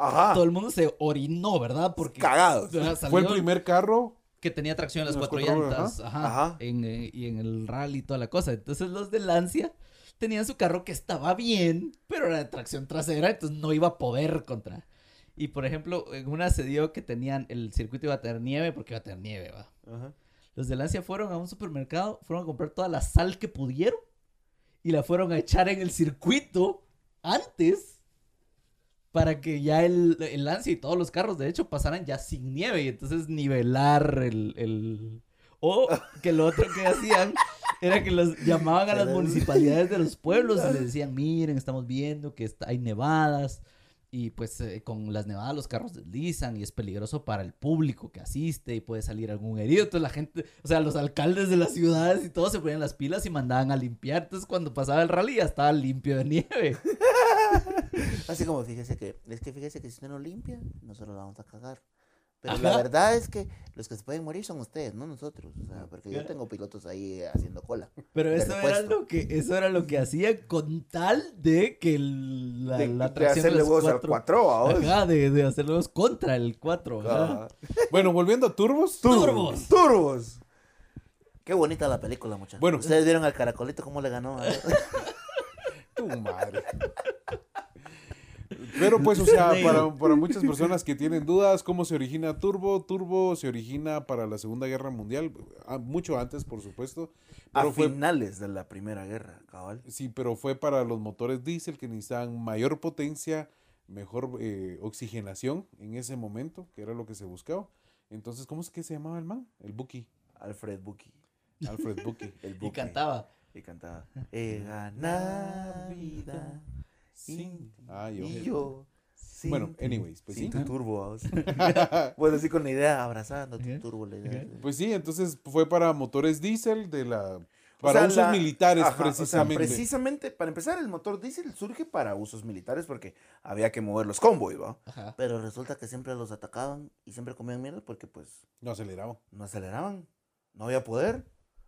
Speaker 1: Ajá.
Speaker 2: Todo el mundo se orinó, ¿verdad? Porque
Speaker 1: Cagados.
Speaker 2: o sea,
Speaker 3: Ah. Fue el
Speaker 2: salió-
Speaker 3: primer carro
Speaker 2: que tenía tracción en las
Speaker 3: Las
Speaker 2: cuatro,
Speaker 3: cuatro ruedas,
Speaker 2: llantas, ajá,
Speaker 1: Ajá.
Speaker 2: en, eh, y en el rally y toda la cosa. Entonces los de Lancia tenían su carro que estaba bien, pero era de tracción trasera, entonces no iba a poder contra. Y por ejemplo, en una se dio que tenían el circuito iba a tener nieve porque iba a tener nieve, va.
Speaker 1: Ajá.
Speaker 2: Los de Lancia fueron a un supermercado, fueron a comprar toda la sal que pudieron y la fueron a echar en el circuito antes para que ya el, el Lancia y todos los carros, de hecho, pasaran ya sin nieve y entonces nivelar el... el- O que lo otro que hacían era que los llamaban a las municipalidades de los pueblos y les decían, miren, estamos viendo que está- hay nevadas y pues eh, con las nevadas los carros deslizan y es peligroso para el público que asiste y puede salir algún herido. Entonces la gente, o sea, los alcaldes de las ciudades y todo se ponían las pilas y mandaban a limpiar. Entonces cuando pasaba el rally ya estaba limpio de nieve.
Speaker 4: Así como fíjese que, es que fíjese que si usted no limpia, nosotros la vamos a cagar. Pero
Speaker 2: Ajá.
Speaker 4: la verdad es que los que se pueden morir son ustedes, no nosotros. O sea, porque yo
Speaker 2: Claro.
Speaker 4: tengo pilotos ahí haciendo cola.
Speaker 2: Pero
Speaker 4: De
Speaker 2: eso era
Speaker 4: repuesto.
Speaker 2: lo que eso era lo que hacía con tal de que el- la,
Speaker 1: De,
Speaker 2: la
Speaker 1: de
Speaker 2: tracción de
Speaker 1: hacerle
Speaker 2: las
Speaker 1: huevos al
Speaker 2: cuatro-
Speaker 1: 4, vamos.
Speaker 2: Ajá, de, de hacerlos contra el 4.
Speaker 1: Ajá.
Speaker 3: Bueno, volviendo a turbos.
Speaker 2: Turbos.
Speaker 1: Turbos.
Speaker 4: Qué bonita la película, muchachos.
Speaker 3: Bueno.
Speaker 4: ustedes vieron al caracolito cómo le ganó. ¿verdad?
Speaker 3: Tu madre. Pero pues, o sea, para, para muchas personas que tienen dudas, ¿cómo se origina Turbo? Turbo se origina para la Segunda Guerra Mundial, ah, mucho antes, por supuesto.
Speaker 1: A
Speaker 3: Pero fue,
Speaker 1: finales de la Primera Guerra, cabal.
Speaker 3: sí, pero fue para los motores diésel que necesitaban mayor potencia, mejor eh, oxigenación en ese momento, que era lo que se buscaba. Entonces, ¿cómo es que se llamaba el man? El Buki,
Speaker 1: Alfred Bucky.
Speaker 3: Alfred Buki.
Speaker 1: El
Speaker 2: Y
Speaker 1: Bucky.
Speaker 2: cantaba.
Speaker 1: Y cantaba. He ganado vida
Speaker 3: Sí. Ah, yo.
Speaker 1: y yo. sin
Speaker 3: Bueno,
Speaker 1: ti,
Speaker 3: anyways, pues
Speaker 1: sin
Speaker 3: sí.
Speaker 1: tu turbo, vamos. Bueno, así con la idea, abrazando tu
Speaker 2: Ajá.
Speaker 1: turbo, la idea.
Speaker 2: Ajá.
Speaker 3: Pues sí, entonces fue para motores diésel de la para
Speaker 1: sea,
Speaker 3: usos
Speaker 1: la-
Speaker 3: militares
Speaker 1: ajá, o sea,
Speaker 3: precisamente.
Speaker 1: precisamente, para empezar, el motor diésel surge para usos militares porque había que mover los convoys, ¿va?
Speaker 2: Ajá.
Speaker 4: Pero resulta que siempre los atacaban y siempre comían mierda porque, pues,
Speaker 3: No aceleraba.
Speaker 1: No aceleraban, no había poder,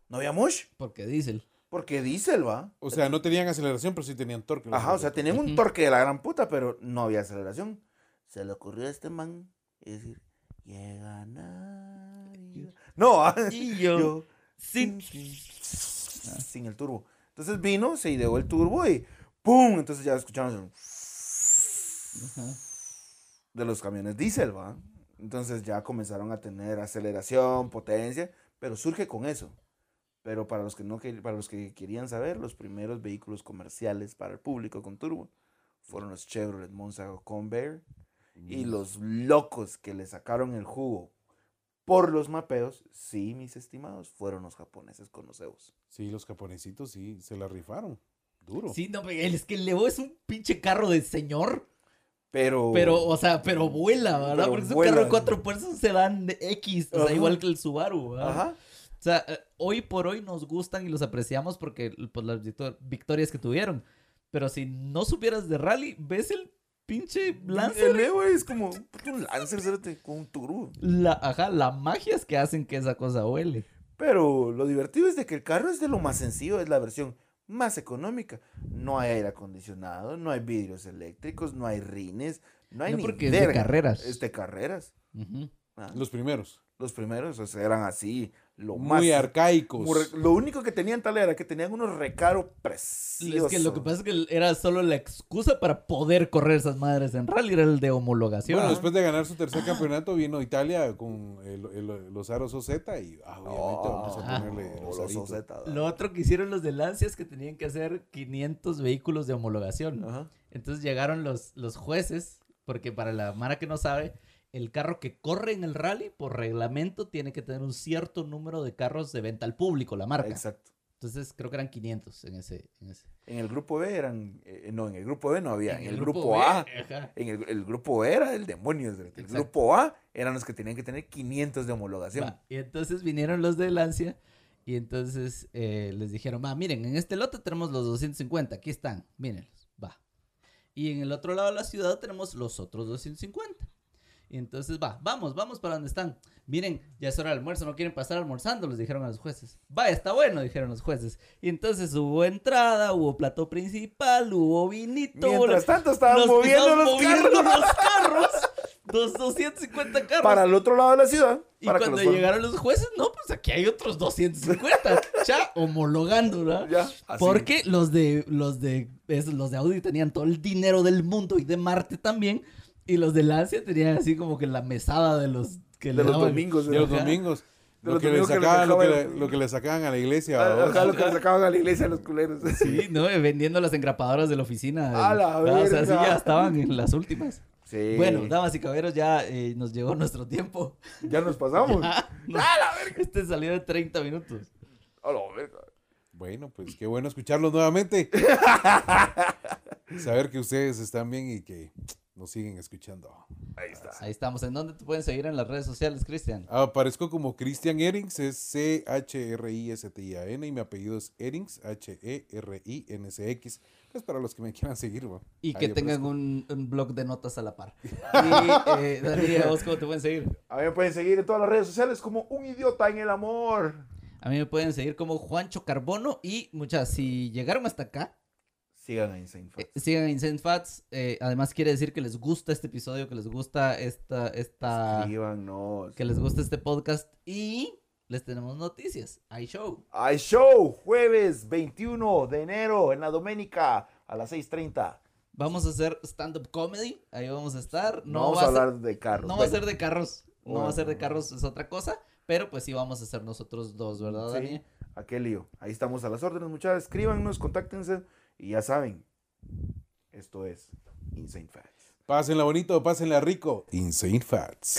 Speaker 1: no había mush,
Speaker 2: Porque diésel.
Speaker 1: porque diésel, ¿va?
Speaker 3: O sea, no tenían aceleración, pero sí tenían torque. los
Speaker 1: Ajá, o sea,
Speaker 3: motores.
Speaker 1: tenían un
Speaker 2: Ujú.
Speaker 1: torque de la gran puta, pero no había aceleración.
Speaker 4: se le ocurrió a este man decir, llega Navidad.
Speaker 1: No, ¿va?
Speaker 2: Y yo.
Speaker 1: Yo
Speaker 2: sin-
Speaker 1: sin el turbo. Entonces vino, se ideó el turbo y ¡pum! Entonces ya escuchamos el
Speaker 2: Ajá.
Speaker 1: de los camiones diésel, ¿va? Entonces ya comenzaron a tener aceleración, potencia, pero surge con eso. Pero para los que no que- para los que querían saber, los primeros vehículos comerciales para el público con turbo fueron los Chevrolet Monza Convair y
Speaker 2: Mm.
Speaker 1: los locos que le sacaron el jugo por los mapeos, sí, mis estimados, fueron los japoneses con los EVOs.
Speaker 3: Sí, los japonesitos sí, se la rifaron. Duro.
Speaker 2: Sí, no, pero es que el Evo es un pinche carro de señor.
Speaker 1: Pero,
Speaker 2: Pero, o sea, pero vuela, ¿verdad?
Speaker 1: Oh. Pero
Speaker 2: Porque es un
Speaker 1: vuela.
Speaker 2: carro de cuatro puertas, un sedán de X, o sea,
Speaker 1: Ajá.
Speaker 2: igual que el Subaru, ¿verdad?
Speaker 1: ajá,
Speaker 2: O sea, eh, hoy por hoy nos gustan y los apreciamos porque pues, las victo- victorias que tuvieron. Pero si no supieras de rally, ves el pinche Lancer.
Speaker 1: el Evo es como "Pues, un Lancer cerote, con un turbo.
Speaker 2: La, ajá, la magia es que hacen que esa cosa huele.
Speaker 1: Pero lo divertido es de que el carro es de lo más sencillo, es la versión más económica. No hay aire acondicionado, no hay vidrios eléctricos, no hay rines, no hay
Speaker 2: No,
Speaker 1: ni
Speaker 2: porque es de
Speaker 1: verga.
Speaker 2: carreras.
Speaker 1: Es de carreras.
Speaker 2: Ujú.
Speaker 1: Ah, Los,
Speaker 3: Los primeros.
Speaker 1: primeros o sea, eran así, lo más...
Speaker 3: Muy arcaicos.
Speaker 1: muy re- Lo único que tenían tal era que tenían unos recaros
Speaker 2: es
Speaker 1: preciosos.
Speaker 2: que lo que pasa es que era solo la excusa para poder correr esas madres en rally, era el de homologación.
Speaker 3: Bueno, después de ganar su tercer campeonato, vino Italia con el- el- los aros OZ y ah, obviamente
Speaker 1: Oh,
Speaker 3: vamos
Speaker 2: ajá.
Speaker 3: a ponerle
Speaker 1: o
Speaker 3: los
Speaker 1: los
Speaker 3: aritos.
Speaker 1: Ozeta,
Speaker 2: Lo otro que hicieron los de Lancia es que tenían que hacer 500 vehículos de homologación.
Speaker 1: Ajá.
Speaker 2: Entonces llegaron los, los jueces, porque para la Mara que no sabe, el carro que corre en el rally, por reglamento, tiene que tener un cierto número de carros de venta al público, la marca.
Speaker 1: Exacto.
Speaker 2: Entonces creo que eran 500 en ese. En, ese.
Speaker 1: En el grupo B eran... eh, no, en el grupo B no había. En, el, grupo,
Speaker 2: B,
Speaker 1: A...
Speaker 2: ajá.
Speaker 1: En el, el grupo E era el demonio. El
Speaker 2: Exacto.
Speaker 1: grupo A eran los que tenían que tener 500 de homologación.
Speaker 2: Va, Y entonces vinieron los de Lancia y entonces eh, les dijeron, va, miren, en este lote tenemos los 250, aquí están, mírenlos, va. Y en el otro lado de la ciudad tenemos los otros 250. Y entonces va, vamos, vamos para donde están. Miren, ya es hora del almuerzo, no quieren pasar almorzando, les dijeron a los jueces. Va, está bueno, dijeron los jueces. Y entonces hubo entrada, hubo plato principal, hubo vinito, hubo-
Speaker 1: Mientras tanto estaban
Speaker 2: nos-
Speaker 1: moviendo
Speaker 2: estaban
Speaker 1: los
Speaker 2: moviendo
Speaker 1: carros
Speaker 2: los carros. Los 250 carros.
Speaker 1: para el otro lado de la ciudad.
Speaker 2: Y
Speaker 1: para que
Speaker 2: cuando
Speaker 1: los fueran-
Speaker 2: llegaron los jueces, no, pues aquí hay otros 250, ya homologando, ¿verdad?
Speaker 1: Ya, así.
Speaker 2: Porque los de los de esos, los de Audi tenían todo el dinero del mundo y de Marte también, y los de Lancia tenían así como que la mesada de los que
Speaker 1: De
Speaker 2: le
Speaker 1: los
Speaker 2: daban-
Speaker 1: domingos.
Speaker 3: De los
Speaker 1: ajá.
Speaker 3: domingos.
Speaker 1: De
Speaker 3: Lo
Speaker 1: los
Speaker 3: que, le
Speaker 1: domingos que le
Speaker 3: sacaban, lo, que
Speaker 1: sacaban-
Speaker 3: le, lo que le sacaban a la iglesia.
Speaker 1: Ah,
Speaker 3: ¿verdad?
Speaker 1: Ajá, lo que le sacaban a la iglesia los culeros.
Speaker 2: Sí, ¿no? Vendiendo las engrapadoras de la oficina. del-
Speaker 1: A la
Speaker 2: Ah, O sea, sí,
Speaker 1: verga. Eh.
Speaker 2: ya estaban en las últimas.
Speaker 1: Sí.
Speaker 2: Bueno, damas y caballeros, ya eh, nos llegó nuestro tiempo.
Speaker 1: ya nos pasamos.
Speaker 2: Ah, no.
Speaker 1: ¡A la verga!
Speaker 2: Este salió de 30 minutos.
Speaker 1: ¡A la verga!
Speaker 3: Bueno, pues qué bueno escucharlos nuevamente. Saber que ustedes están bien y que nos siguen escuchando.
Speaker 1: Ahí está.
Speaker 2: Ahí estamos. ¿En dónde te pueden seguir en las redes sociales, Cristian?
Speaker 3: Aparezco como Christian Erings, es C-H-R-I-S-T-I-A-N y mi apellido es Erings, E H-E-R-I-N-C-X. Pues para los que me quieran seguir, va.
Speaker 2: Y que
Speaker 3: Ahí
Speaker 2: tengan
Speaker 3: aparezco.
Speaker 2: un, un blog de notas a la par. Y, eh, Dani, ¿a vos cómo te pueden seguir?
Speaker 1: A mí me pueden seguir en todas las redes sociales como un idiota en el amor.
Speaker 2: A mí me pueden seguir como Juancho Carbono y muchas, si llegaron hasta acá,
Speaker 1: Sigan a Insane Facts.
Speaker 2: eh, sigan a Incent Fats. eh, además quiere decir que les gusta este episodio, que les gusta esta, esta,
Speaker 1: Escríbanos.
Speaker 2: ah, que les gusta este podcast y les tenemos noticias. Hay show.
Speaker 1: Hay show jueves 21 de enero en la Doménica a las 6.30.
Speaker 2: Vamos a hacer stand-up comedy, ahí vamos a estar.
Speaker 1: No,
Speaker 2: No,
Speaker 1: vamos
Speaker 2: va
Speaker 1: a
Speaker 2: a ser-
Speaker 1: hablar de carros.
Speaker 2: No va a
Speaker 1: bueno.
Speaker 2: ser de carros. No va a ser de
Speaker 1: Bueno.
Speaker 2: carros, es otra cosa. Pero pues sí vamos a ser nosotros dos, ¿verdad,
Speaker 1: Sí.
Speaker 2: Dani?
Speaker 1: ¿A qué lío? Ahí estamos a las órdenes, muchachos. Escríbanos, contáctense y ya saben. Esto es Insane Facts.
Speaker 3: Pásenla bonito, pásenla rico. Insane Facts.